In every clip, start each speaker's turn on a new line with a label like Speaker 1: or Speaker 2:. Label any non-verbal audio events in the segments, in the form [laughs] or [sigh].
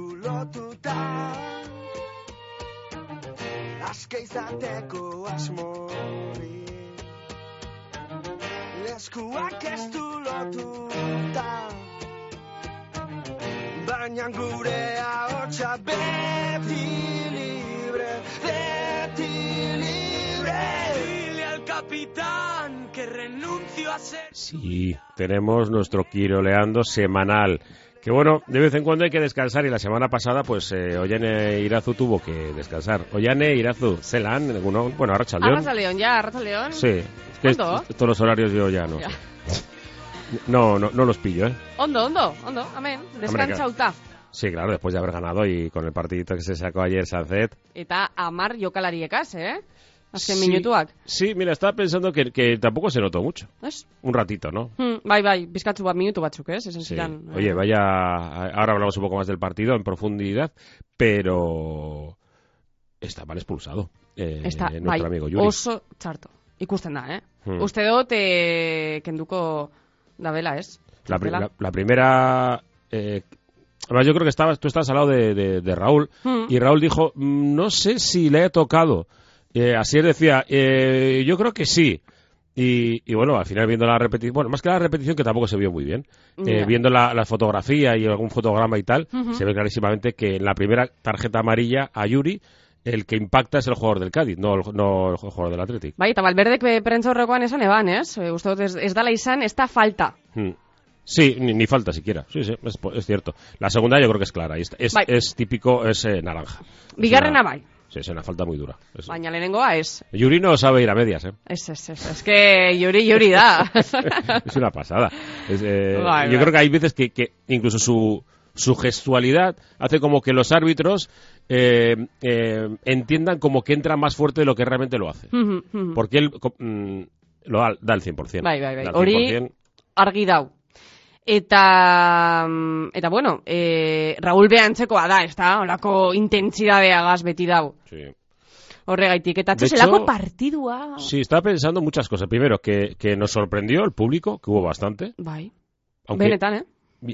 Speaker 1: lotuta Aske izateko asmori Leskuak ez du lotuta Baina gure ahotsa beti libre Beti libre Dile al capitán que renuncio a ser
Speaker 2: Sí, tenemos nuestro Quiroleando semanal. Que bueno, de vez en cuando hay que descansar y la semana pasada pues eh, Ollane Irazu tuvo que descansar. Ollane Irazu, Celan, alguno, bueno, Arrachaldeón.
Speaker 3: Arrasa León, ya, Arrasa León.
Speaker 2: Sí, es que est-
Speaker 3: ¿Cuándo?
Speaker 2: est- todos los horarios yo ya no.
Speaker 3: Ya.
Speaker 2: No, no, no los pillo, ¿eh?
Speaker 3: Ondo, ondo, ondo, amén. Deskantzauta.
Speaker 2: Sí, claro, después de haber ganado y con el partidito que se sacó ayer Sanzet.
Speaker 3: Eta amar jokalariekaz, eh? Azken
Speaker 2: Sí.
Speaker 3: minutuak.
Speaker 2: Sí, mira, estaba pensando que, que tampoco se notó mucho.
Speaker 3: Ez?
Speaker 2: Un ratito, ¿no?
Speaker 3: Hm, bai, bai, bizkatzu bat minutu batzuk, ez? Esan
Speaker 2: Sí. bai,
Speaker 3: zidan. eh.
Speaker 2: Oye, vaya. Ahora hablamos un poco más del partido en profundidad, pero está mal expulsado eh,
Speaker 3: Ez da,
Speaker 2: nuestro
Speaker 3: bai,
Speaker 2: amigo Yuri.
Speaker 3: oso txarto. Ikusten da, eh?
Speaker 2: Hmm.
Speaker 3: Uste dut, eh, kenduko dabela, ez?
Speaker 2: La, pri-
Speaker 3: Txartela.
Speaker 2: la- la primera. eh, además, yo creo que estabas, tú estabas al lado de, de- de Raúl
Speaker 3: Hmm.
Speaker 2: y Raúl dijo: "Mm, No sé si le he tocado. Eh, así él decía: "Eh, Yo creo que sí. Y, y bueno, al final viendo la repetición, bueno, más que la repetición que tampoco se vio muy bien, eh,
Speaker 3: Ya.
Speaker 2: viendo la, la fotografía y algún fotograma y tal,
Speaker 3: Ujú.
Speaker 2: se ve clarísimamente que en la primera tarjeta amarilla a Yuri, el que impacta es el jugador del Cádiz, no el, no el jugador del Athletic.
Speaker 3: Bai, eta Balberdek eh, prentza horrekoan esan eban, ez? Eh, Uste dut ez, ez dala izan, ez da falta.
Speaker 2: Mm. Sí, ni, ni falta siquiera. Sí, sí, es, po- es cierto. La segunda yo creo que es clara. y Es, es,
Speaker 3: Bai.
Speaker 2: es típico, es eh, naranja. Es
Speaker 3: Bigarrena
Speaker 2: una-
Speaker 3: bai.
Speaker 2: Sí, es una falta muy dura. Es-
Speaker 3: Baina lehenengoa ez.
Speaker 2: Yuri no sabe ir a medias, ¿eh?
Speaker 3: Ez, ez, ez, ez que juri,
Speaker 2: [laughs]
Speaker 3: juri da. [laughs]
Speaker 2: Es una pasada. Es, eh,
Speaker 3: Bai,
Speaker 2: yo
Speaker 3: bai.
Speaker 2: creo que hay veces que, que incluso su, su gestualidad hace como que los árbitros eh, eh, entiendan como que entra más fuerte de lo que realmente lo hace.
Speaker 3: Mhm, mhm.
Speaker 2: Porque él co- mm, lo da, da el 100%.
Speaker 3: Bai, bai, bai.
Speaker 2: Da el
Speaker 3: Hori-
Speaker 2: 100%.
Speaker 3: argi dau. Eta, mm, eta bueno, e, Raul Beantzekoa da, ez da, olako intentsidadeagaz beti dau.
Speaker 2: Sí.
Speaker 3: Horregaitik, eta
Speaker 2: De
Speaker 3: txeselako
Speaker 2: hecho,
Speaker 3: partidua.
Speaker 2: Sí, estaba pensando muchas cosas. Primero, que, que nos sorprendió el público, que hubo bastante.
Speaker 3: Bai,
Speaker 2: Aunque,
Speaker 3: benetan, eh?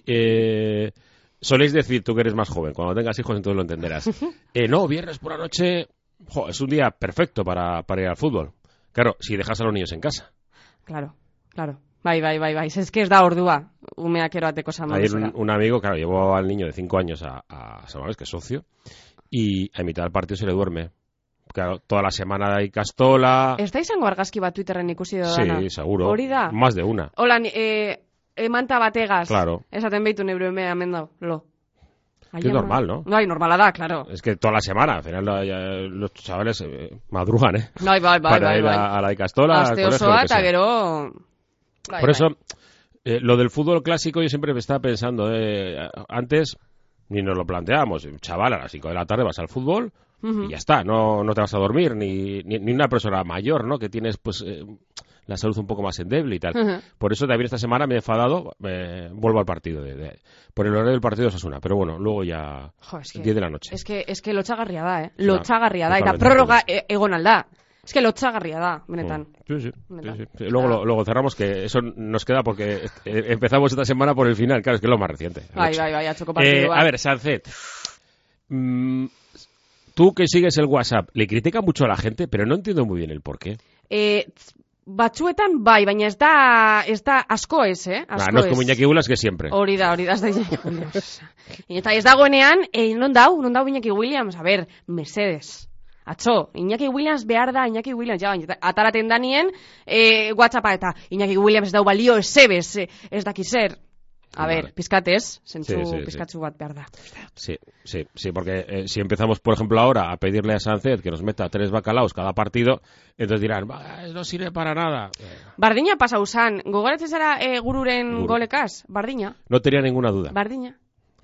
Speaker 2: eh, soléis decir, tú que eres más joven, cuando tengas hijos entonces lo entenderás. Eh, no, viernes por la noche jo, es un día perfecto para, para ir al fútbol. Claro, si dejas a los niños en casa.
Speaker 3: Claro, claro. Bai, bai, bai, bai. Ez que ez da ordua, umeak eroateko
Speaker 2: Ayer un,
Speaker 3: zamantzera.
Speaker 2: un amigo, claro, llevó al niño de 5 años a, a San Mamés, que es socio, y a mitad del partido se le duerme. Claro, toda la semana hay castola.
Speaker 3: Ez da izango argazki bat Twitterren ikusi dodana?
Speaker 2: Sí, seguro.
Speaker 3: Hori da?
Speaker 2: Más de una.
Speaker 3: Hola, ni- eh, emanta bategaz.
Speaker 2: Claro.
Speaker 3: Esaten behitu neure emea mendau, lo. Ai,
Speaker 2: Que es
Speaker 3: ama.
Speaker 2: normal, ¿no? Eh,
Speaker 3: Bai, normala da, claro.
Speaker 2: Es que toda la semana, al final la- ya, los chavales eh, madrugan, ¿eh?
Speaker 3: Bai, bai, bai,
Speaker 2: para
Speaker 3: bai,
Speaker 2: ir
Speaker 3: bai.
Speaker 2: A, a la Icastola. al
Speaker 3: Aste
Speaker 2: colegio, lo
Speaker 3: osoa
Speaker 2: que
Speaker 3: eta
Speaker 2: sea.
Speaker 3: gero... Bai,
Speaker 2: Por
Speaker 3: bai.
Speaker 2: eso, eh, lo del fútbol clásico yo siempre me estaba pensando, eh, a- antes ni nos lo planteábamos, chaval, a las 5 de la tarde vas al fútbol
Speaker 3: Ujú.
Speaker 2: y ya está, no, no te vas a dormir, ni, ni, ni una persona mayor, ¿no? Que tienes, pues, eh, la salud un poco más endeble y tal.
Speaker 3: Ujú.
Speaker 2: Por eso también esta semana me he enfadado, eh, vuelvo al partido, de, de- por el horario del partido es una, pero bueno, luego ya...
Speaker 3: Jo, es que,
Speaker 2: 10 de la noche.
Speaker 3: Es que, es que lotxagarria da, eh? Lotxagarria da, eta
Speaker 2: totalmente.
Speaker 3: prórroga e egon alda. Es que lotxagarria da, benetan.
Speaker 2: Mm. Sí, sí, sí,
Speaker 3: Benetan.
Speaker 2: sí. Sí, Luego, lo- luego cerramos, que eso nos queda porque eh, empezamos esta semana por el final, claro, es que es lo más reciente.
Speaker 3: Bai,
Speaker 2: Anoche.
Speaker 3: bai, bai, atxoko
Speaker 2: Eh,
Speaker 3: partidua.
Speaker 2: a ver, Sancet. Mm, tú que sigues el WhatsApp, le critica mucho a la gente, pero no entiendo muy bien el por qué.
Speaker 3: Eh, tz- batzuetan bai, baina ez da, ez da asko ez, eh?
Speaker 2: Nah,
Speaker 3: Asko
Speaker 2: no es como
Speaker 3: ez.
Speaker 2: Iñaki Ulas que siempre.
Speaker 3: Hori da, hori da, ez da Iñaki Williams. [laughs] Eta ez dagoenean, eh, non dau, non dau Iñaki Williams, a ber, Mercedes. Atzo, Iñaki Williams behar da, Iñaki Williams, ja, baina eta- ataraten danien, eh, WhatsAppa eta Iñaki Williams ez dau balio ezebez, eh, ez daki zer. A
Speaker 2: Vale.
Speaker 3: ber, pizkatez, zentzu,
Speaker 2: Sí, sí, sí.
Speaker 3: pizkatzu bat behar da.
Speaker 2: Sí, sí, sí, porque eh, si empezamos, por ejemplo, ahora a pedirle a Sancet que nos meta tres bacalaos cada partido, entonces dirán, "Bah, no sirve para nada. Eh,
Speaker 3: Bardina pasau zan, gogoratzen zara eh, gururen
Speaker 2: Guru.
Speaker 3: golekaz? Bardina,
Speaker 2: No tenía ninguna duda.
Speaker 3: bardina.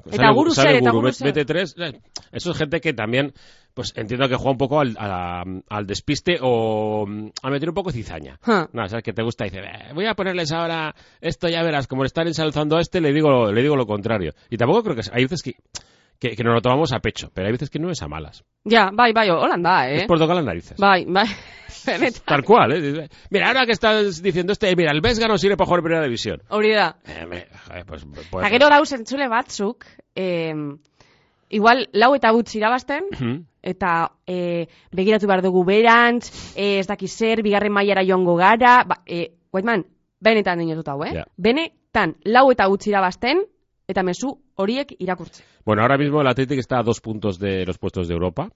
Speaker 2: Sale
Speaker 3: Eta
Speaker 2: Gu-
Speaker 3: guru
Speaker 2: sale
Speaker 3: zer, eta
Speaker 2: Guru,
Speaker 3: guru
Speaker 2: met-
Speaker 3: zer.
Speaker 2: mete tres. eh, Eso es gente que también, pues entiendo que juega un poco al, a- al despiste o mm, a meter un poco cizaña.
Speaker 3: Huh.
Speaker 2: No, sabes que te gusta y dice, "Eh, voy a ponerles ahora esto, ya verás, como le están ensalzando a este, le digo, le digo lo contrario. Y tampoco creo que sea- hay veces que, que, que nos lo tomamos a pecho, pero hay veces que no es a malas.
Speaker 3: Ja, bai, bai, holanda, eh?
Speaker 2: Es por tocar las narices.
Speaker 3: Bai, bai, [laughs] benetan.
Speaker 2: Tal cual, ¿eh? Dice, Mira, ahora que estás diciendo este, mira, el Vesga no sirve para jugar en primera división.
Speaker 3: Hori da.
Speaker 2: Eh, me- joder, pues, pues-
Speaker 3: Eta gero dauz entzule batzuk, em, igual lau eta gutxi irabazten,
Speaker 2: Mhm.
Speaker 3: eta e, begiratu behar dugu berantz, e, ez dakiz zer, bigarren mailara joango gara, ba, e, Whiteman, benetan dinotut hau, eh?
Speaker 2: Ja.
Speaker 3: Benetan, lau eta utzi irabazten, eta mezu horiek irakurtzen.
Speaker 2: Bueno, ahora mismo el Athletic está a dos puntos de los puestos de Europa.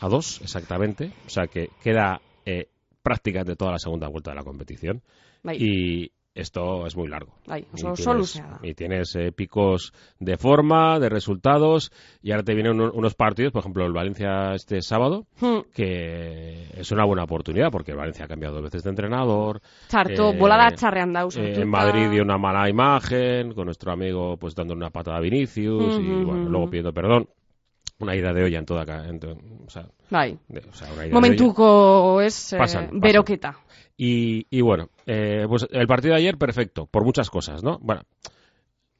Speaker 2: A dos, exactamente. O sea que queda eh, prácticamente toda la segunda vuelta de la competición.
Speaker 3: Bai,
Speaker 2: Y esto es muy largo.
Speaker 3: bai,
Speaker 2: Y
Speaker 3: oso, oso
Speaker 2: tienes-
Speaker 3: luzea da.
Speaker 2: Y tienes eh, picos de forma, de resultados, y ahora te vienen uno- unos partidos, por ejemplo, el Valencia este sábado,
Speaker 3: Hmm,
Speaker 2: que es una buena oportunidad porque el Valencia ha cambiado dos veces de entrenador,
Speaker 3: txarto,
Speaker 2: eh,
Speaker 3: bolada txarrean da,
Speaker 2: eh,
Speaker 3: usartuta.
Speaker 2: en Madrid dio una mala imagen, con nuestro amigo pues dando una patada a Vinicius, y
Speaker 3: Ujú,
Speaker 2: bueno,
Speaker 3: ujú.
Speaker 2: luego pidiendo perdón. Una ida de olla en toda... ca- en to- o sea,
Speaker 3: Bai,
Speaker 2: de- o sea, una ida de olla.
Speaker 3: momentuko ez, eh,
Speaker 2: Pasan, pasan.
Speaker 3: beroketa.
Speaker 2: Y, y bueno, eh, pues el partido de ayer perfecto, por muchas cosas, ¿no? Bueno,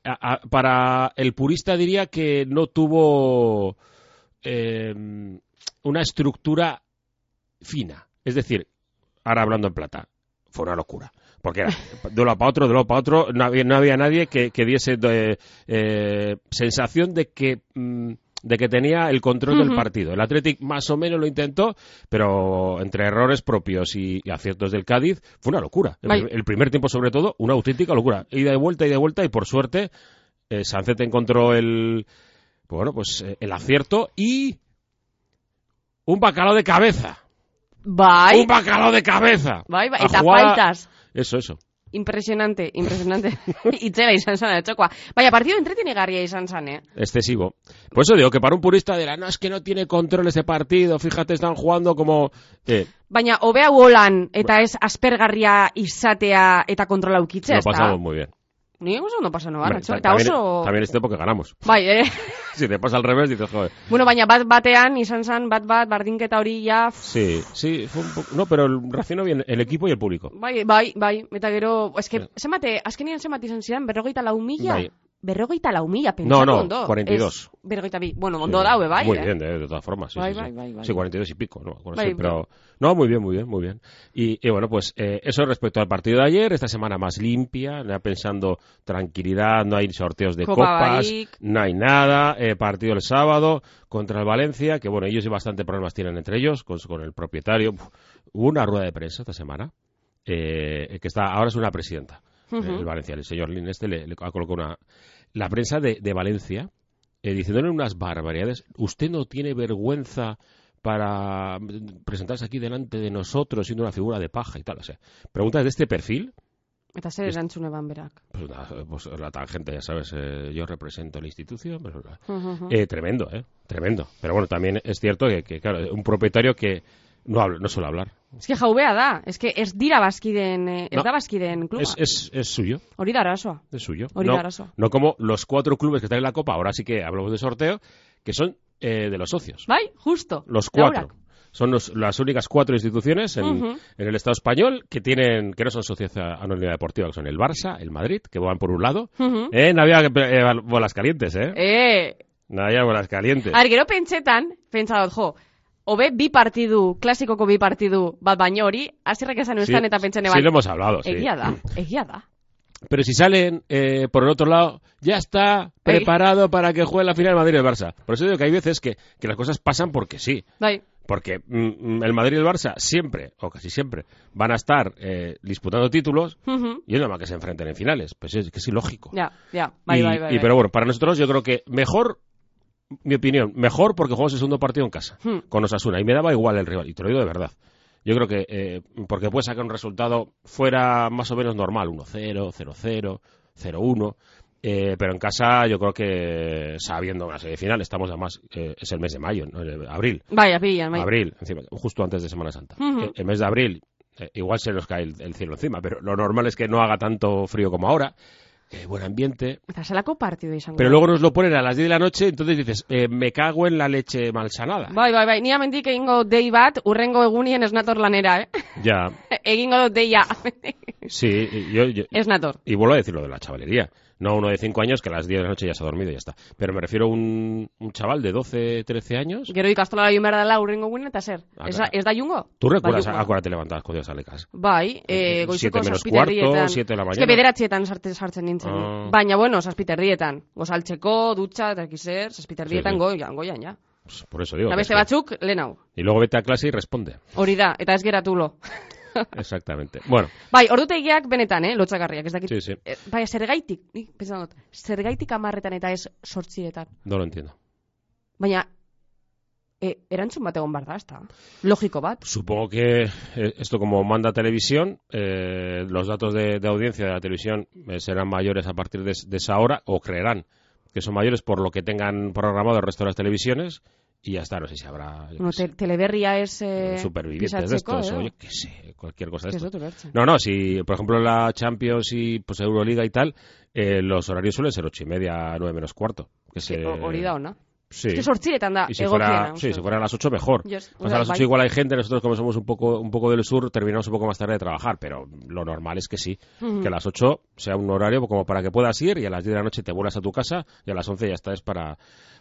Speaker 2: a- a- para el purista diría que no tuvo eh, una estructura fina. Es decir, ahora hablando en plata, fue una locura. Porque era de lo para otro, de lo para otro, no había, no había nadie que, que diese eh, eh, sensación de que, mm, de que tenía el control del
Speaker 3: Ujú.
Speaker 2: partido. El Athletic más o menos lo intentó, pero entre errores propios y, y aciertos del Cádiz, fue una locura. El,
Speaker 3: Bai.
Speaker 2: prim- el primer tiempo, sobre todo, una auténtica locura. Ida y vuelta, ida y vuelta, y por suerte, eh, Sánchez encontró el, bueno, pues, eh, el acierto y un bacalao de cabeza.
Speaker 3: Bai,
Speaker 2: Un bacalao de cabeza.
Speaker 3: bai, bai,
Speaker 2: A
Speaker 3: eta
Speaker 2: jugada-
Speaker 3: faltas.
Speaker 2: Eso, eso.
Speaker 3: Impresionante,
Speaker 2: [laughs]
Speaker 3: impresionante. Itzela izan zana, txokoa. Baina, partido entretenigarria izan zan, eh?
Speaker 2: Excesivo. Por eso digo que para un purista de la no es que no tiene control ese partido, fíjate, están jugando como. eh,
Speaker 3: Baina, hobea holan
Speaker 2: Ba-
Speaker 3: eta ez aspergarria izatea eta kontrola ukitzea,
Speaker 2: lo
Speaker 3: ezta?
Speaker 2: pasamos muy bien.
Speaker 3: Ni oso ondo pasa noan,
Speaker 2: Hombre,
Speaker 3: atzo.
Speaker 2: ta-
Speaker 3: Eta
Speaker 2: también, e-
Speaker 3: oso...
Speaker 2: también es tiempo que ganamos.
Speaker 3: Bai, eh?
Speaker 2: Si te pasa al revés, dices, joder.
Speaker 3: bueno, baina bat batean izan zan, bat bat, bardinketa hori ja... f-
Speaker 2: Sí, sí, fue un poco- No, pero el- reaccionó bien el equipo y el público.
Speaker 3: Bai, bai, bai, eta gero... Eske, zenbate, azkenian zenbat izan ziren, berrogeita lau mila?
Speaker 2: Ba- Bai.
Speaker 3: Berrogeita lau mila, pentsatu
Speaker 2: no,
Speaker 3: ondo.
Speaker 2: 42.
Speaker 3: Ez, berrogeita bi, bueno,
Speaker 2: Sí,
Speaker 3: ondo daue, bai,
Speaker 2: Muy
Speaker 3: eh?
Speaker 2: bien, de, de todas formas. Sí,
Speaker 3: Bai,
Speaker 2: sí, sí.
Speaker 3: bai, bai, bai.
Speaker 2: Sí, 42 y pico, ¿no? Bueno,
Speaker 3: Bai,
Speaker 2: sí, pero. No, muy bien, muy bien, muy bien. Y, y bueno, pues eh, eso respecto al partido de ayer, esta semana más limpia, ya pensando tranquilidad, no hay sorteos de
Speaker 3: Copa
Speaker 2: copas,
Speaker 3: Barik.
Speaker 2: no hay nada. eh, partido el sábado contra el Valencia, que bueno, ellos y bastante problemas tienen entre ellos, con, su- con el propietario. Uf, Hubo una rueda de prensa esta semana, eh, que está ahora es una presidenta. eh,
Speaker 3: Ujú.
Speaker 2: El Valencia, el señor Lin este le, le ha colocado una. La prensa de, de Valencia, eh, diciéndole unas barbaridades. Usted no tiene vergüenza para mm, presentarse aquí delante de nosotros siendo una figura de paja y tal. O sea, preguntas de este perfil,
Speaker 3: Eta zer erantzun eban berak.
Speaker 2: pues, nada, pues la tangente, ya sabes, eh, yo represento la institución. pero-
Speaker 3: Ujú.
Speaker 2: eh, tremendo, ¿eh? Tremendo. Pero bueno, también es cierto que, que, claro, un propietario que no, habla, no suele hablar.
Speaker 3: Eske jaubea da, eske ez dira bazkideen, eh, ez
Speaker 2: No.
Speaker 3: da bazkideen kluba.
Speaker 2: Es, es, es suyo.
Speaker 3: Hori da arazoa.
Speaker 2: de suyo.
Speaker 3: Hori
Speaker 2: No,
Speaker 3: da arazoa.
Speaker 2: no como los cuatro clubes que están en la Copa, ahora sí que hablamos de sorteo, que son eh, de los socios.
Speaker 3: Bai, justo.
Speaker 2: Los
Speaker 3: Laurak.
Speaker 2: cuatro. Son los- las únicas cuatro instituciones en,
Speaker 3: Ujú.
Speaker 2: en el Estado español que tienen que no son sociedad anónima deportiva, que son el Barça, el Madrid, que van por un lado.
Speaker 3: Ujú.
Speaker 2: Eh, no había eh, bolas calientes, ¿eh?
Speaker 3: Eh,
Speaker 2: No había bolas calientes.
Speaker 3: Ar, gero pentsetan, pentsa dut, jo, hobe bi partidu, klasikoko bi partidu bat baino hori, azirrek esan
Speaker 2: Sí,
Speaker 3: uestan eta pentsen
Speaker 2: sí,
Speaker 3: eban.
Speaker 2: lo hemos hablado, sí.
Speaker 3: egia da, egia da.
Speaker 2: Pero si salen eh, por el otro lado, ya está preparado para que juegue la final Madrid y el Barça. Por eso digo que hay veces que, que las cosas pasan porque sí.
Speaker 3: Bai,
Speaker 2: Porque mm, mm, el Madrid y el Barça siempre, o casi siempre, van a estar eh, disputando títulos
Speaker 3: mhm,
Speaker 2: y es normal que se enfrenten en finales. Pues es que es ilógico.
Speaker 3: ja, ja, bai,
Speaker 2: y,
Speaker 3: bai, bai.
Speaker 2: y
Speaker 3: bai.
Speaker 2: Pero bueno, para nosotros yo creo que mejor, mi opinión, mejor porque jugamos el segundo partido en casa,
Speaker 3: Hmm.
Speaker 2: con Osasuna. Y me daba igual el rival, y te lo digo de verdad. Yo creo que, eh, porque puedes sacar un resultado fuera más o menos normal, 1-0, 0-0, 0-1. eh, pero en casa yo creo que sabiendo una semifinal, estamos además, eh, es el mes de mayo, ¿no? Eh, abril,
Speaker 3: Bai, apilan, bai.
Speaker 2: abril, encima, justo antes de Semana Santa.
Speaker 3: Ujú.
Speaker 2: Eh, El mes de abril, eh, igual se nos cae el, el cielo encima, pero lo normal es que no haga tanto frío como ahora. Eh, buen ambiente.
Speaker 3: Eta zelako partidu izango.
Speaker 2: Pero
Speaker 3: da.
Speaker 2: luego nos lo ponen a las 10 de la noche, entonces dices, eh, me cago en la leche malsanada.
Speaker 3: Bai, bai, bai, ni amendik egingo dei bat, urrengo egunien ez nator lanera, eh? [laughs]
Speaker 2: Ya,
Speaker 3: egingo dut deia, [laughs]
Speaker 2: sí, y yo- yo-
Speaker 3: ez nator.
Speaker 2: y vuelvo a decir lo de la chavalería. No uno de 5 años que a las 10 de la noche ya se ha dormido y ya está. Pero me refiero a un, un chaval de 12, 13 años.
Speaker 3: Gero ikastolara joan behar dela urrengo gunean eta zer.
Speaker 2: Ah,
Speaker 3: Ez,
Speaker 2: claro.
Speaker 3: ez da jungo?
Speaker 2: ¿Tú recuerdas
Speaker 3: Ba,
Speaker 2: a,
Speaker 3: jungo.
Speaker 2: a cuándo te levantabas con Dios Alecas?
Speaker 3: Bai,
Speaker 2: Eh, siete
Speaker 3: e, goizeko
Speaker 2: menos
Speaker 3: zazpiterrietan.
Speaker 2: cuarto, siete de la
Speaker 3: Eske
Speaker 2: mañana.
Speaker 3: bederatzietan sarte, sartzen zaintzen.
Speaker 2: Ah.
Speaker 3: Baina, bueno, saspiterdietan. Gozaltzeko, dutxa, takizer, saspiterdietan
Speaker 2: Sí, sí.
Speaker 3: goian, goian, ja.
Speaker 2: Pues por eso digo.
Speaker 3: Eta
Speaker 2: que
Speaker 3: beste
Speaker 2: es que-
Speaker 3: batzuk, lehen hau.
Speaker 2: Y luego vete a clase y responde.
Speaker 3: Hori da, eta ez geratu lo.
Speaker 2: Exactamente. Bueno,
Speaker 3: Bai, ordutegiak benetan, eh, lotxagarriak, ez dakit.
Speaker 2: Sí, sí.
Speaker 3: Eh, bai, zergaitik, nik pentsan dut, zergaitik amarretan eta ez sortziretan.
Speaker 2: no lo entiendo.
Speaker 3: Baina, e, erantzun bat egon behar da, ezta? Logiko bat.
Speaker 2: Supongo que eh, esto como manda televisión, eh, los datos de, de audiencia de la televisión eh, serán mayores a partir de, es- de esa hora o creerán que son mayores por lo que tengan programado el resto de las televisiones y ya está, no sé si habrá yo
Speaker 3: Bueno,
Speaker 2: qué sé,
Speaker 3: te, teleberria ez... Eh,
Speaker 2: supervivientes de
Speaker 3: pisatzeko, eh,
Speaker 2: estos,
Speaker 3: edo?
Speaker 2: o yo qué sé, cualquier cosa de
Speaker 3: Ez
Speaker 2: esto.
Speaker 3: dut ulertzen.
Speaker 2: No, no, si por ejemplo la Champions y pues Euroliga y tal, eh, los horarios suelen ser ocho y media, nueve menos cuarto. Que se...
Speaker 3: O- Hori da ona.
Speaker 2: eh, Sí.
Speaker 3: Ez que sortziretan da,
Speaker 2: Y si
Speaker 3: egokiena,
Speaker 2: fuera,
Speaker 3: uste
Speaker 2: sí,
Speaker 3: dut.
Speaker 2: si fuera a las 8 mejor.
Speaker 3: Yo es-
Speaker 2: Pues a las
Speaker 3: bai.
Speaker 2: 8 igual hay gente, nosotros como somos un poco un poco del sur, terminamos un poco más tarde de trabajar, pero lo normal es que sí,
Speaker 3: Ujú.
Speaker 2: que a las 8 sea un horario como para que puedas ir y a las 10 de la noche te vuelas a tu casa y a las 11 ya estás para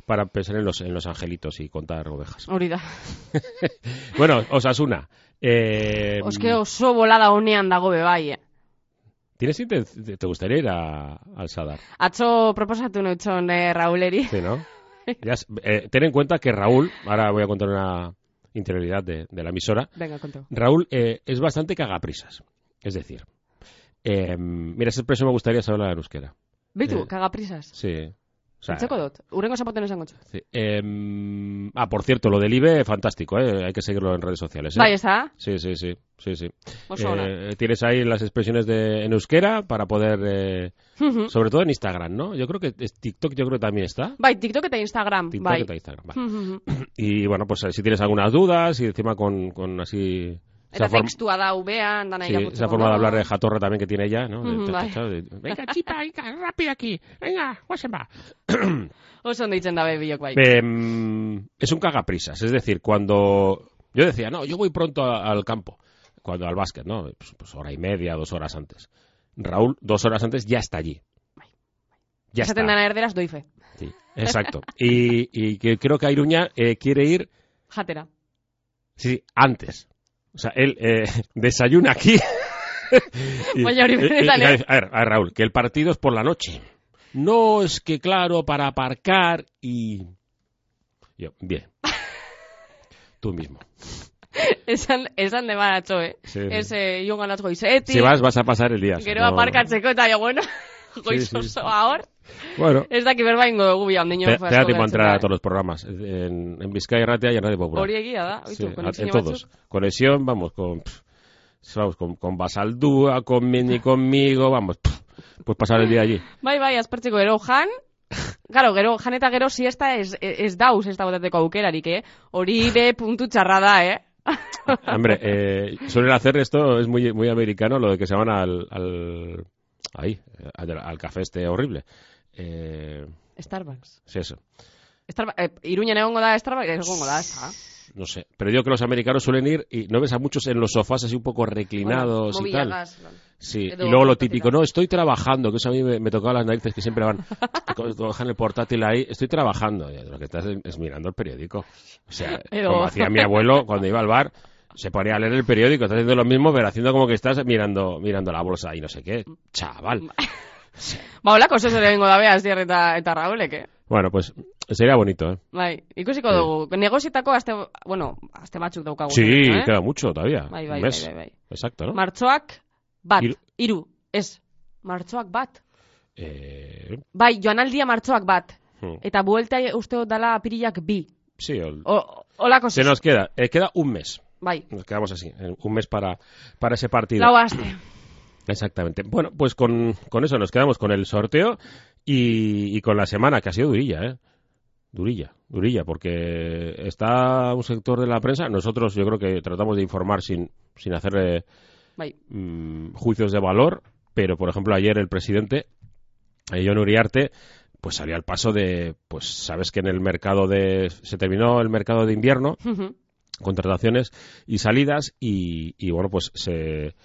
Speaker 2: para pensar en los en los angelitos y contar ovejas.
Speaker 3: Hori da.
Speaker 2: Bueno, Osasuna. Eh,
Speaker 3: Oske oso bolada honean dago be bai. eh.
Speaker 2: ¿Tienes inten- te gustaría ir a, al Sadar?
Speaker 3: Atzo proposatu neutzon eh, Rauleri.
Speaker 2: Sí,
Speaker 3: [laughs]
Speaker 2: ¿no? Ya s- eh, ten en cuenta que Raúl, ahora voy a contar una interioridad de, de la emisora,
Speaker 3: Venga, kontu.
Speaker 2: Raúl eh, es bastante cagaprisas. Es decir, eh, mira, ese preso me gustaría saber en euskera.
Speaker 3: Bitu,
Speaker 2: Eh,
Speaker 3: kagaprisas.
Speaker 2: Sí. O sea,
Speaker 3: Itzeko dut. Urrengo zapoten esango txu.
Speaker 2: sí. Eh, ah, por cierto, lo del IBE, fantástico, ¿eh? Hay que seguirlo en redes sociales. ¿eh?
Speaker 3: Bai, ez da?
Speaker 2: Sí, sí, sí. sí, sí.
Speaker 3: Oso ona.
Speaker 2: Eh, tienes ahí las expresiones de, en euskera para poder, eh,
Speaker 3: Mhm.
Speaker 2: sobre todo en Instagram, ¿no? Yo creo que es- TikTok, yo creo que también está.
Speaker 3: Bai, TikTok eta Instagram.
Speaker 2: TikTok
Speaker 3: Bai.
Speaker 2: está Instagram. vale.
Speaker 3: Mhm.
Speaker 2: Y bueno, pues eh, si tienes algunas dudas y encima con, con así
Speaker 3: Eta
Speaker 2: esa forma-
Speaker 3: textua da ubean, dana
Speaker 2: Sí,
Speaker 3: irakurtzeko.
Speaker 2: esa forma de
Speaker 3: ondo.
Speaker 2: hablar de Jatorra también que tiene ella, ¿no? De-
Speaker 3: Mm,
Speaker 2: cha,
Speaker 3: vale.
Speaker 2: cha, de- venga, chipa, venga, rápido aquí. Venga, guasen va.
Speaker 3: Oso ondo itzen dabe bilok bai.
Speaker 2: Em, es un cagaprisas. Es decir, cuando... Yo decía, no, yo voy pronto a- al campo. Cuando al básquet, ¿no? Pues, pues hora y media, dos horas antes. Raúl, dos horas antes, ya está allí. Ya está.
Speaker 3: Esaten dana erderaz doife.
Speaker 2: Sí, exacto. Y, y que creo que Airuña eh, quiere ir
Speaker 3: Jatera.
Speaker 2: Sí, sí, antes. O sea, él eh, [laughs] desayuna [laughs] aquí. Y-
Speaker 3: Vaya hori
Speaker 2: eh, eh,
Speaker 3: benetan,
Speaker 2: a,
Speaker 3: eh.
Speaker 2: ver, a ver, Raúl, que el partido es por la noche. No es que, claro, para aparcar y... Yo, [laughs] bien. Tú mismo.
Speaker 3: Esan, esan de baratxo, eh?
Speaker 2: Sí, sí.
Speaker 3: Ez, eh, jongan atz goizetik.
Speaker 2: Si vas, vas a pasar el día. si
Speaker 3: Gero
Speaker 2: no-
Speaker 3: aparkatzeko eta jo, bueno, [laughs] goiz
Speaker 2: Sí, sí.
Speaker 3: osoa hor.
Speaker 2: Bueno,
Speaker 3: Ez daki berba ingo dugu bia, ondino
Speaker 2: te, te da tiempo a entrar a todos los programas. En, en Vizcaya Ratia y en Radio Popular.
Speaker 3: Hori egia da,
Speaker 2: Sí,
Speaker 3: oitu,
Speaker 2: a- en
Speaker 3: konexiño
Speaker 2: todos. Conexión, vamos, con, pf, vamos, con, con Basaldúa, con Mini, conmigo, vamos, pf, pues pasar el día allí.
Speaker 3: Bai, bai, aspertzeko gero jan, Claro, gero, jan eta gero siesta ez, ez dauz ez da botateko aukerarik, eh? Hori be
Speaker 2: [laughs]
Speaker 3: puntu txarra da, eh?
Speaker 2: Hombre, eh, suelen hacer esto, es muy, muy americano, lo de que se van al, al, ahí, al, al café este horrible. Eh,
Speaker 3: Starbucks.
Speaker 2: es eso,
Speaker 3: Starbucks eh, Iruñan egongo da Starbucks, egongo da, ez da.
Speaker 2: no sé. Pero yo creo que los americanos suelen ir y no ves a muchos en los sofás así un poco reclinados y tal. Sí, y
Speaker 3: Edo
Speaker 2: luego lo
Speaker 3: portátil.
Speaker 2: típico, no, estoy trabajando, que eso a mí me, me tocaba las narices, que siempre van, [laughs] co- cojan el portátil ahí, estoy trabajando, Y lo que estás es, es mirando el periódico. O sea,
Speaker 3: Edo.
Speaker 2: como hacía mi abuelo cuando iba al bar, se ponía a leer el periódico, estás haciendo lo mismo, pero haciendo como que estás mirando, mirando la bolsa y no sé qué, chaval.
Speaker 3: Ba, holako oso ere egingo da bea, Asier eta, eta Raulek, eh?
Speaker 2: Bueno, pues sería bonito, ¿eh?
Speaker 3: Bai, ikusiko dugu. Negozietako aste, bueno, aste batzuk daukagu.
Speaker 2: Sí,
Speaker 3: eh?
Speaker 2: queda mucho todavía.
Speaker 3: Bai,
Speaker 2: un
Speaker 3: bai, bai,
Speaker 2: mes.
Speaker 3: bai, bai.
Speaker 2: Exacto, ¿no?
Speaker 3: Martxoak bat,
Speaker 2: Hiru.
Speaker 3: hiru, ez. Martxoak bat.
Speaker 2: Eh,
Speaker 3: Bai, joanaldia martxoak bat.
Speaker 2: hmm,
Speaker 3: Eta buelta uste dut dala apirilak bi.
Speaker 2: sí, el-
Speaker 3: O, olako
Speaker 2: se
Speaker 3: zuz.
Speaker 2: nos queda, eh, queda un mes.
Speaker 3: Bai,
Speaker 2: Nos quedamos así, eh, un mes para, para ese partido.
Speaker 3: lau aste.
Speaker 2: Exactamente. Bueno, pues con, con eso nos quedamos con el sorteo y, y con la semana, que ha sido durilla, ¿eh? Durilla, durilla, porque está un sector de la prensa. Nosotros, yo creo que tratamos de informar sin, sin hacer eh,
Speaker 3: Bai, [laughs]
Speaker 2: mm, juicios de valor, pero por ejemplo, ayer el presidente, eh, Jon Uriarte, pues salió al paso de. Pues sabes que en el mercado de. Se terminó el mercado de invierno
Speaker 3: Ujú.
Speaker 2: contrataciones y salidas y, y, bueno pues se,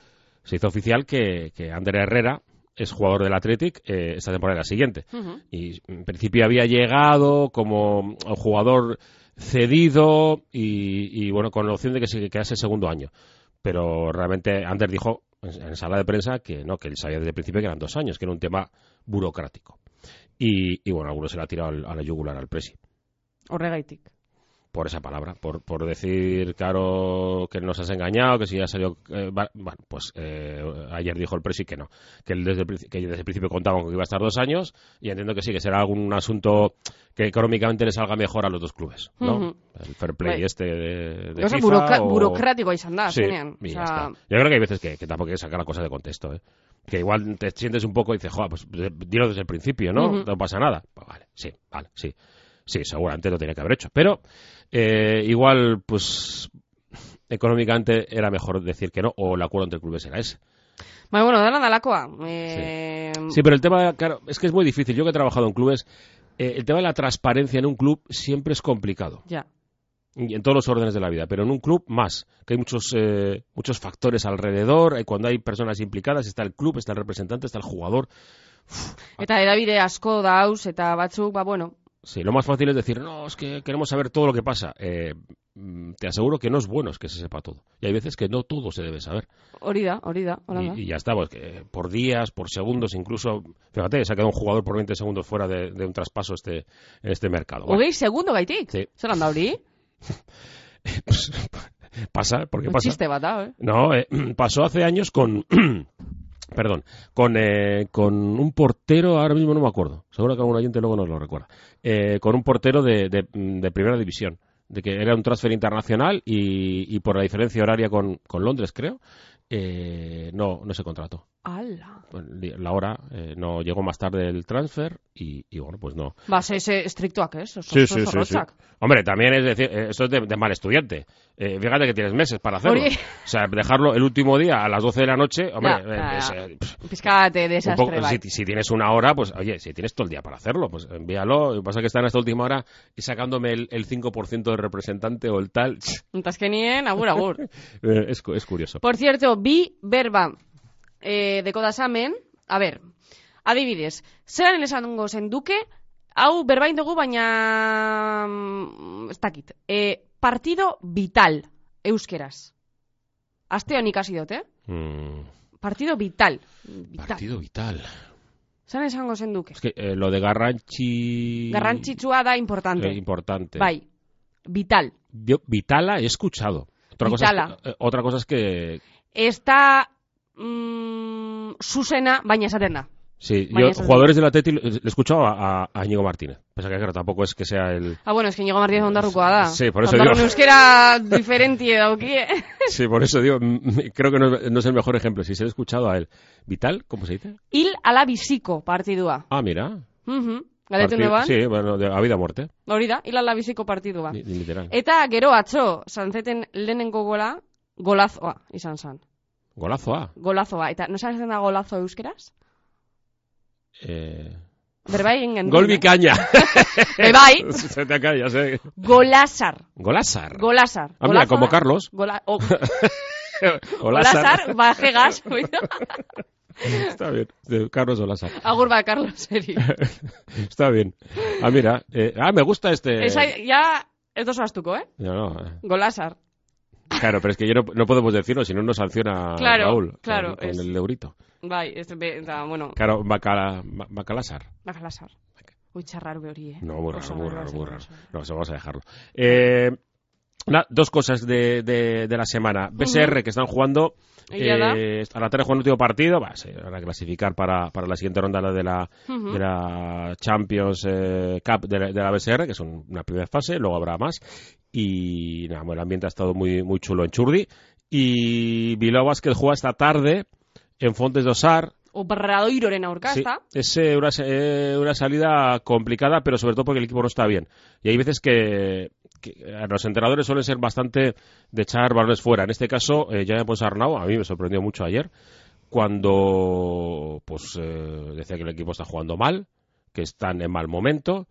Speaker 2: se hizo oficial que, que Ander Herrera es jugador del Athletic eh, esta temporada y la siguiente
Speaker 3: Ujú.
Speaker 2: y en principio había llegado como jugador cedido y, y, bueno con la opción de que se quedase segundo año pero realmente Ander dijo en, en sala de prensa que no, que él sabía desde el principio que eran dos años, que era un tema burocrático. Y, y bueno, algunos se la ha tirado al- a la yugular al presi
Speaker 3: Horregaitik.
Speaker 2: por esa palabra, por, por decir, claro, que nos has engañado, que si ya salió... eh, va- bueno, pues eh, ayer dijo el presi que no, que, él desde el, princi- que desde el principio contaban con que iba a estar dos años y entiendo que sí, que será algún asunto que económicamente le salga mejor a los dos clubes, ¿no?
Speaker 3: Ujú.
Speaker 2: El fair play
Speaker 3: Bai.
Speaker 2: este de, de
Speaker 3: Gauza
Speaker 2: FIFA
Speaker 3: buroka-
Speaker 2: o-
Speaker 3: burokratikoa izan da,
Speaker 2: Sí,
Speaker 3: azkenean.
Speaker 2: y ya
Speaker 3: Osea,
Speaker 2: está. Yo creo que hay veces que, que tampoco hay que sacar la cosa de contexto, ¿eh? Que igual te sientes un poco y dices, joder, pues de- dilo desde el principio, ¿no?
Speaker 3: Ujú.
Speaker 2: No pasa nada. Pues vale, sí, vale, sí. Sí, seguramente lo tenía que haber hecho. Pero eh, igual, pues económicamente era mejor decir que no, o el acuerdo entre clubes era ese.
Speaker 3: Bai, bueno, dana dalakoa. Eh,
Speaker 2: Sí, pero el tema, claro, es que es muy difícil. Yo que he trabajado en clubes, eh, el tema de la transparencia en un club siempre es complicado.
Speaker 3: Ja.
Speaker 2: y en todos los órdenes de la vida, pero en un club más, que hay muchos, eh, muchos factores alrededor, eh, cuando hay personas implicadas, está el club, está el representante, está el jugador.
Speaker 3: Eta edabide asko dauz, eta batzuk, ba, bueno,
Speaker 2: Sí, lo más fácil es decir, no, es que queremos saber todo lo que pasa. Eh, mm, te aseguro que no es bueno es que se sepa todo. Y hay veces que no todo se debe saber.
Speaker 3: hori da, hori da, hola da.
Speaker 2: Y, y ya está, pues, que por días, por segundos, incluso, fíjate, se ha quedado un jugador por 20 segundos fuera de, de un traspaso este, en este mercado. Bueno,
Speaker 3: Hogei segundo gaitik?
Speaker 2: Sí.
Speaker 3: Zeran da hori?
Speaker 2: pues, [laughs] pasa, porque
Speaker 3: Un
Speaker 2: pasa.
Speaker 3: txiste bat da, eh?
Speaker 2: No, eh, [clears throat] pasó hace años con. [clears throat] perdón. Con, eh, con un portero, ahora mismo no me acuerdo. Seguro que algún oyente luego nos lo recuerda. eh, con un portero de, de- de primera división. De que era un transfer internacional y, y por la diferencia horaria con, con Londres, creo, eh, no, no se contrató.
Speaker 3: Ala.
Speaker 2: La hora eh, no llegó más tarde el transfer y, y bueno, pues no.
Speaker 3: Ba, ze, ze, estriktuak, ez? Oso,
Speaker 2: Sí,
Speaker 3: oso
Speaker 2: sí, sí, sí.
Speaker 3: zorrotzak.
Speaker 2: Hombre, también es decir, eh, esto es de, de mal estudiante. Eh, fíjate que tienes meses para hacerlo.
Speaker 3: Oye.
Speaker 2: O sea, dejarlo el último día a las 12 de la noche, hombre,
Speaker 3: Ya,
Speaker 2: eh,
Speaker 3: ya,
Speaker 2: es,
Speaker 3: ya.
Speaker 2: eh, pff, un
Speaker 3: Pizkat, eh, desastre
Speaker 2: poco-
Speaker 3: bai.
Speaker 2: si, si tienes una hora, pues oye, si tienes todo el día para hacerlo, pues envíalo. Lo que pasa es que están hasta última hora y sacándome el, el 5% del representante o el tal. [laughs]
Speaker 3: Eta azkenien, agur, agur.
Speaker 2: Eh, es, cu- es curioso.
Speaker 3: Por cierto, bi berba eh, dekodazamen, a ber, adibidez, zeran esango zenduke, hau berbain dugu, baina, mm, ez dakit, eh, partido vital, euskeraz. Aste honik hasi dut, eh?
Speaker 2: Mm,
Speaker 3: Partido vital. vital.
Speaker 2: partido vital.
Speaker 3: Zeran esango zenduke.
Speaker 2: Es que eh, lo de Garranchi.
Speaker 3: Garrantzitsua da importante.
Speaker 2: eh, importante.
Speaker 3: Bai, vital.
Speaker 2: Yo- Vitala he escuchado. Otra cosa es que-
Speaker 3: Vitala.
Speaker 2: eh, otra cosa es que,
Speaker 3: Ez da mm, zuzena, baina esaten da.
Speaker 2: Sí,
Speaker 3: Vaya,
Speaker 2: yo,
Speaker 3: eso sí.
Speaker 2: jugadores del Atleti eh, le he escuchado a, a, a Íñigo Martínez. Pasa que claro, tampoco es que sea el...
Speaker 3: Ah, bueno, es que Íñigo Martínez ondarrukoa da.
Speaker 2: Sí, por eso
Speaker 3: Ondarrun
Speaker 2: digo.
Speaker 3: euskera eh? diferentie daukie.
Speaker 2: [laughs] Sí, por eso digo, mm, creo que no, es- no es el mejor ejemplo. Si se le ha escuchado a él. ¿Vital? ¿Cómo se dice?
Speaker 3: Hil ala biziko partidua.
Speaker 2: Ah, mira.
Speaker 3: Mhm. Galetu
Speaker 2: Parti-
Speaker 3: neban,
Speaker 2: Sí, bueno, de, a vida o muerte,
Speaker 3: hori da, hil ala biziko partidua.
Speaker 2: li- literal.
Speaker 3: Eta gero atzo, zantzeten lehenengo gola, golazoa izan zan.
Speaker 2: Golazo, ah.
Speaker 3: Golazoa. Eta, no sabes da golazo euskeraz?
Speaker 2: Eh...
Speaker 3: Berbai ingen.
Speaker 2: Gol Vicaña. [laughs]
Speaker 3: Bebai,
Speaker 2: se te acaba, ya sé.
Speaker 3: bai, golazar.
Speaker 2: Golazar.
Speaker 3: Golazar.
Speaker 2: Ah, mira,
Speaker 3: Golazoa-
Speaker 2: como
Speaker 3: [laughs]
Speaker 2: Carlos.
Speaker 3: Gola... o-
Speaker 2: Golazar.
Speaker 3: Golazar, [laughs] bajegas. oido.
Speaker 2: [laughs] Está bien. De Carlos Golazar.
Speaker 3: Agur ba, Carlos, eri.
Speaker 2: Eh. Está bien. Ah, mira. eh, ah, me gusta este...
Speaker 3: Esa, ya, ez dozu astuko, eh?
Speaker 2: No, no, eh.
Speaker 3: Golazar.
Speaker 2: Claro, pero es que yo no, no podemos decirlo, si no nos sanciona
Speaker 3: Claro,
Speaker 2: Raúl con-
Speaker 3: claro,
Speaker 2: con,
Speaker 3: es-
Speaker 2: el eurito.
Speaker 3: Bai, ez, be, eta, bueno,
Speaker 2: Claro, bacala, ba- Bacalazar.
Speaker 3: bajalazar. Ui, txarraru hori, eh?
Speaker 2: No, muy raro,
Speaker 3: Oso
Speaker 2: muy
Speaker 3: raro,
Speaker 2: raro,
Speaker 3: oso
Speaker 2: muy
Speaker 3: raro,
Speaker 2: raro.
Speaker 3: oso raro.
Speaker 2: No, eso vamos a dejarlo. Eh, na- dos cosas de, de- de la semana. BSR, que están jugando...
Speaker 3: Egia da.
Speaker 2: eh, a la tarde juegan último partido, va, se van a clasificar para, para la siguiente ronda la de la,
Speaker 3: Ujú.
Speaker 2: de la Champions eh, Cup de la, de la BSR, que es un- una primera fase, luego habrá más. Y nada, bueno, el ambiente ha estado muy, muy chulo en Churdi. Y Bilbao Basket juega esta tarde en Fontes de Osar.
Speaker 3: Obradoiroren aurka,
Speaker 2: Sí,
Speaker 3: ezta?
Speaker 2: es eh, una, sa- eh, una salida complicada, pero sobre todo porque el equipo no está bien. Y hay veces que, que, eh, los entrenadores suelen ser bastante de echar balones fuera. En este caso, eh, ya hemos Arnau, a mí me sorprendió mucho ayer, cuando pues eh, decía que el equipo está jugando mal, que están en mal momento.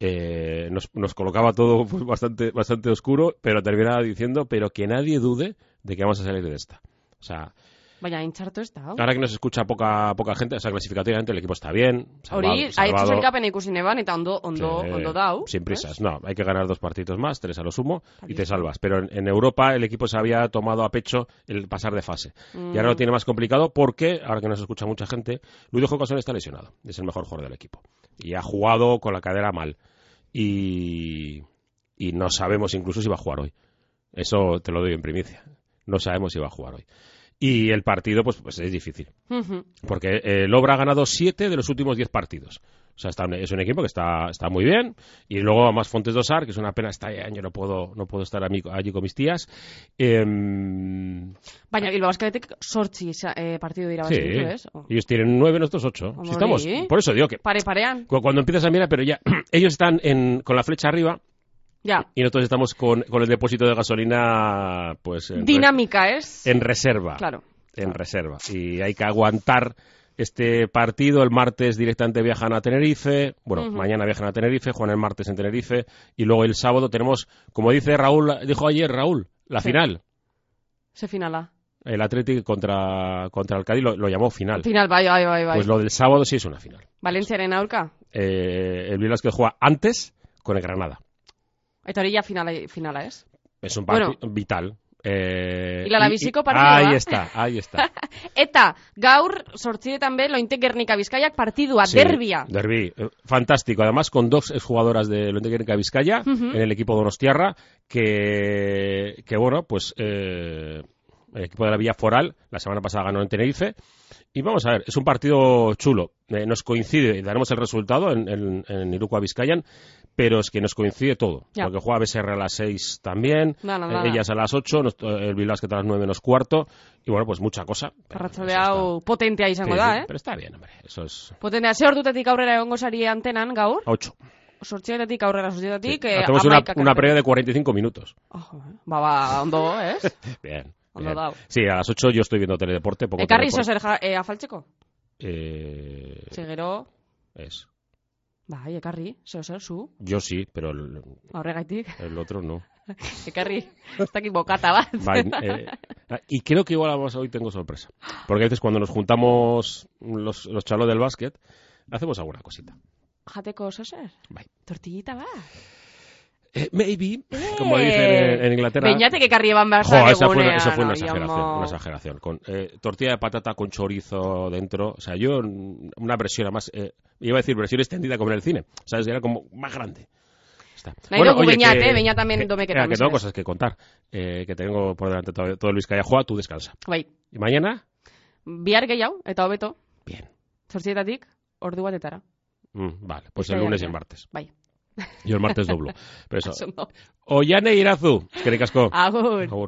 Speaker 2: eh, nos, nos colocaba todo pues, bastante, bastante oscuro, pero terminaba diciendo, pero que nadie dude de que vamos a salir de esta. O sea,
Speaker 3: Baina intxartu ez da, hau.
Speaker 2: Ahora que nos escucha poca poca gente, o sea, clasificatoriamente el equipo está bien. salvado-
Speaker 3: Hori,
Speaker 2: salvado.
Speaker 3: haitzu zelkapen ikusi neban, eta ondo, ondo,
Speaker 2: Sí,
Speaker 3: ondo dau.
Speaker 2: Sin
Speaker 3: ¿sabes?
Speaker 2: prisas, no. Hay que ganar dos partidos más, tres a lo sumo, y
Speaker 3: bien.
Speaker 2: te salvas. Pero en, en Europa el equipo se había tomado a pecho el pasar de fase. Y
Speaker 3: Mm.
Speaker 2: ahora lo tiene más complicado porque, ahora que nos escucha mucha gente, Luis de Jocasón está lesionado. Es el mejor jugador del equipo. Y ha jugado con la cadera mal. Y, y no sabemos incluso si va a jugar hoy. Eso te lo doy en primicia. No sabemos si va a jugar hoy. Y el partido, pues, pues es difícil.
Speaker 3: Ujú.
Speaker 2: Porque eh, el Obra ha ganado 7 de los últimos 10 partidos. O sea, está un- es un equipo que está, está muy bien. Y luego, además, Fontes Dosar, que es una pena, este año no puedo, no puedo estar a mi- allí con mis tías. Em,
Speaker 3: Baina, Bilbao Basketek sortzi isa- eh, partidu dira
Speaker 2: sí,
Speaker 3: baskitu, ez? O-
Speaker 2: ellos tienen 9, nosotros 8.
Speaker 3: Hombre.
Speaker 2: estamos, por eso digo que
Speaker 3: Pare parean,
Speaker 2: cu- cuando empiezas a mirar, pero ya [clears throat] ellos están en- con la flecha arriba
Speaker 3: ja.
Speaker 2: y nosotros estamos con, con el depósito de gasolina pues en, re-
Speaker 3: Dinamika, ez?
Speaker 2: en reserva.
Speaker 3: Claro.
Speaker 2: en reserva. Y hay que aguantar este partido. El martes directamente viajan a Tenerife. Bueno,
Speaker 3: Ujú.
Speaker 2: mañana viajan a Tenerife, juegan el martes en Tenerife. Y luego el sábado tenemos, como dice Raúl, dijo ayer Raúl, la
Speaker 3: Sí.
Speaker 2: final.
Speaker 3: Ze finala.
Speaker 2: El Atlético contra, contra el Cádiz lo, lo llamó final.
Speaker 3: Final, bai, bai, bai, bai.
Speaker 2: Pues lo del sábado sí es una final.
Speaker 3: Valentziaren aurka.
Speaker 2: Eh, el Bilbao que juega antes con el Granada.
Speaker 3: Eta hori ja finala, finala, ez?
Speaker 2: Es un
Speaker 3: Bueno.
Speaker 2: partido vital. Eh,
Speaker 3: Y la Alavisico partido,
Speaker 2: Ahí
Speaker 3: ¿va?
Speaker 2: está, ahí está.
Speaker 3: [laughs] Eta, gaur, sortziretan be, lointe Gernika Bizkaiak partidua,
Speaker 2: Sí,
Speaker 3: derbia.
Speaker 2: Derbi, eh, fantástico. Además, con dos jugadoras de Lontequerca Vizcaya en el equipo de Donostiarra, que, que bueno, pues eh, el equipo de la Villa Foral la semana pasada ganó en Tenerife. Y vamos a ver, es un partido chulo. Eh, nos coincide, y daremos el resultado en, en, en Irukoa Vizcayan, pero es que nos coincide todo.
Speaker 3: Ya.
Speaker 2: Porque juega BSR a las 6 también,
Speaker 3: Nada,
Speaker 2: eh,
Speaker 3: nada.
Speaker 2: ellas a las 8, nos- eh, el Bilbao a las 9 menos cuarto. Y bueno, pues mucha cosa. Pero
Speaker 3: Arratsalde
Speaker 2: eso está-
Speaker 3: hau potentea izango
Speaker 2: Sí,
Speaker 3: da,
Speaker 2: sí,
Speaker 3: eh?
Speaker 2: Pero está bien, hombre. Eso es
Speaker 3: Potentea, ze ordutatik aurrera egongo sari antenan gaur?
Speaker 2: 8.
Speaker 3: Sortzietatik aurrera sortzietatik. eh,
Speaker 2: Hacemos una,
Speaker 3: hamaikak
Speaker 2: una
Speaker 3: arte.
Speaker 2: previa de 45 minutos.
Speaker 3: Ojo, eh? Ba, ba, ondo,
Speaker 2: [laughs]
Speaker 3: ez?
Speaker 2: Bien.
Speaker 3: Ondo
Speaker 2: bien.
Speaker 3: dao.
Speaker 2: Sí, a las 8 yo estoy viendo teledeporte. Poco
Speaker 3: Ekarri izo
Speaker 2: teledeporte.
Speaker 3: zer ja, eh, afaltzeko?
Speaker 2: Eh,
Speaker 3: Ze gero,
Speaker 2: es.
Speaker 3: bai, ekarri, zeo zer, zu,
Speaker 2: Yo sí, pero el,
Speaker 3: horregaitik,
Speaker 2: el otro no.
Speaker 3: [laughs] ekarri, ez dakit bokata bat.
Speaker 2: Vale, eh, y creo que igual además hoy tengo sorpresa. Porque a veces cuando nos juntamos los, los chalos del básquet, hacemos alguna cosita.
Speaker 3: Jateko zeo zer?
Speaker 2: Bai.
Speaker 3: Tortillita bat.
Speaker 2: Eh, maybe, como dicen en, en Inglaterra.
Speaker 3: Beñatek ekarri eban behar
Speaker 2: Jo,
Speaker 3: zaren
Speaker 2: esa fue, una-
Speaker 3: egunean,
Speaker 2: eso fue una
Speaker 3: oi,
Speaker 2: exageración,
Speaker 3: amo.
Speaker 2: una exageración. Con, eh, tortilla de patata con chorizo dentro. O sea, yo mm, una versión, además, eh, iba a decir versión extendida como en el cine. ¿Sabes? Era como más grande. Está.
Speaker 3: Nahi dugu beñat, eh, beñat hemen
Speaker 2: que, eh,
Speaker 3: domeketa
Speaker 2: que tengo
Speaker 3: mesedez.
Speaker 2: cosas que contar. Eh, que tengo por delante todo, todo Luis Callajoa, tú descansa.
Speaker 3: Bai,
Speaker 2: Y mañana,
Speaker 3: bihar gehiago, eta hobeto,
Speaker 2: bien.
Speaker 3: sortzietatik, ordu batetara.
Speaker 2: Mm, vale, pues
Speaker 3: Bizkaia
Speaker 2: el lunes y el
Speaker 3: bien.
Speaker 2: martes.
Speaker 3: Bai,
Speaker 2: Yo el martes doblo. Pero [laughs] eso. Ah,
Speaker 3: oso ondo.
Speaker 2: Ollane Irazu, que de casco.
Speaker 3: [laughs] Agur.
Speaker 2: Agur.